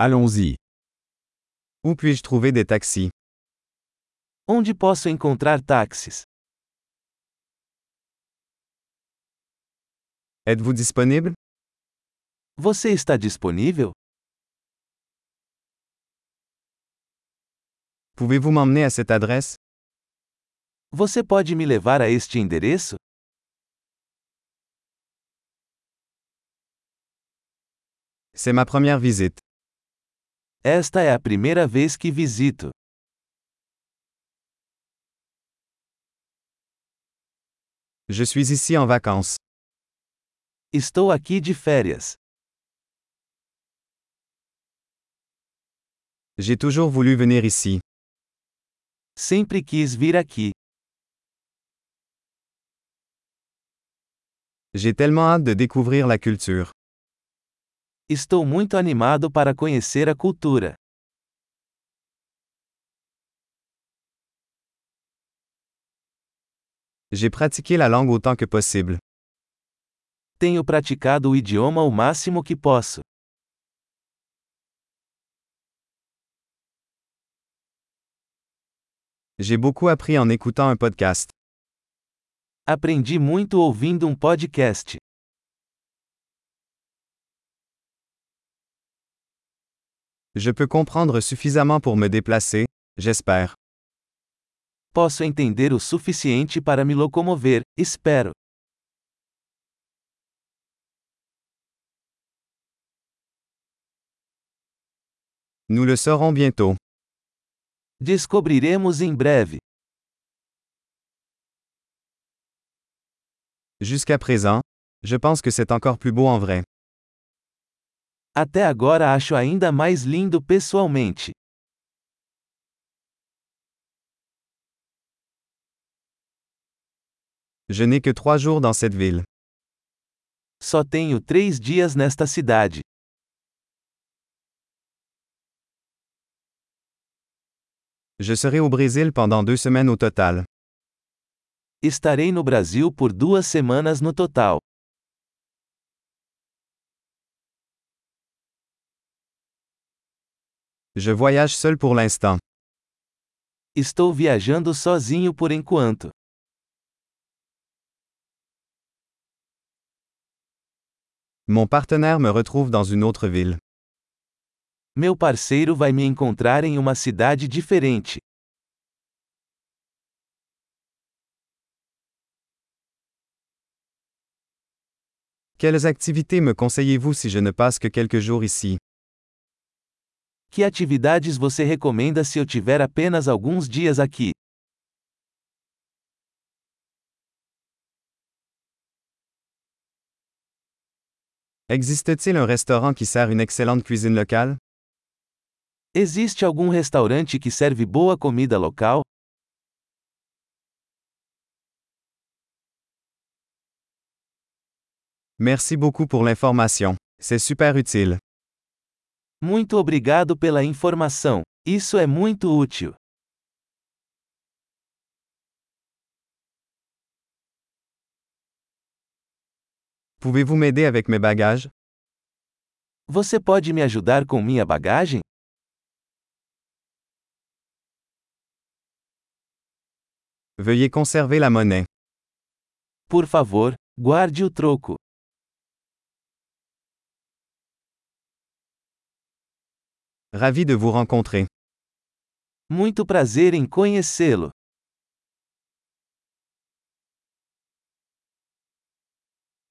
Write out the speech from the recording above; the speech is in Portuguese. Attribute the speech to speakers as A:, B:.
A: Allons-y. Où puis-je trouver des taxis?
B: Onde posso encontrar táxis?
A: Êtes-vous disponible?
B: Você está disponível?
A: Pouvez-vous m'emmener à cette adresse?
B: Você pode me levar a este endereço?
A: C'est ma première visite.
B: Esta é a primeira vez que visito.
A: Je suis ici en vacances.
B: Estou aqui de férias.
A: J'ai toujours voulu venir ici.
B: Sempre quis vir aqui.
A: J'ai tellement hâte de découvrir la culture.
B: Estou muito animado para conhecer a cultura.
A: J'ai pratiqué la langue autant que possible.
B: Tenho praticado o idioma o máximo que posso.
A: J'ai beaucoup appris en écoutant un podcast.
B: Aprendi muito ouvindo um podcast.
A: Je peux comprendre suffisamment pour me déplacer, j'espère.
B: Posso entender o suficiente para me locomover, espero.
A: Nous le saurons bientôt.
B: Descobriremos em breve.
A: Jusqu'à présent, je pense que c'est encore plus beau en vrai.
B: Até agora acho ainda mais lindo pessoalmente.
A: Je n'ai que trois jours dans cette ville.
B: Só tenho três dias nesta cidade.
A: Je serai au Brésil pendant deux semaines au total.
B: Estarei no Brasil por duas semanas no total.
A: Je voyage seul pour l'instant.
B: Estou viajando sozinho por enquanto.
A: Mon partenaire me retrouve dans une autre ville.
B: Meu parceiro vai me encontrar em uma cidade diferente.
A: Quelles activités me conseillez-vous si je ne passe que quelques jours ici?
B: Que atividades você recomenda se eu tiver apenas alguns dias aqui?
A: Existe-t-il un restaurant qui sert une excellente cuisine locale?
B: Existe algum restaurante que serve boa comida local?
A: Merci beaucoup pour l'information. C'est super utile.
B: Muito obrigado pela informação. Isso é muito útil.
A: Pouvez-vous m'aider avec mes bagages?
B: Você pode me ajudar com minha bagagem?
A: Veuillez conserver la monnaie.
B: Por favor, guarde o troco.
A: Ravi de vous rencontrer.
B: Muito prazer em conhecê-lo.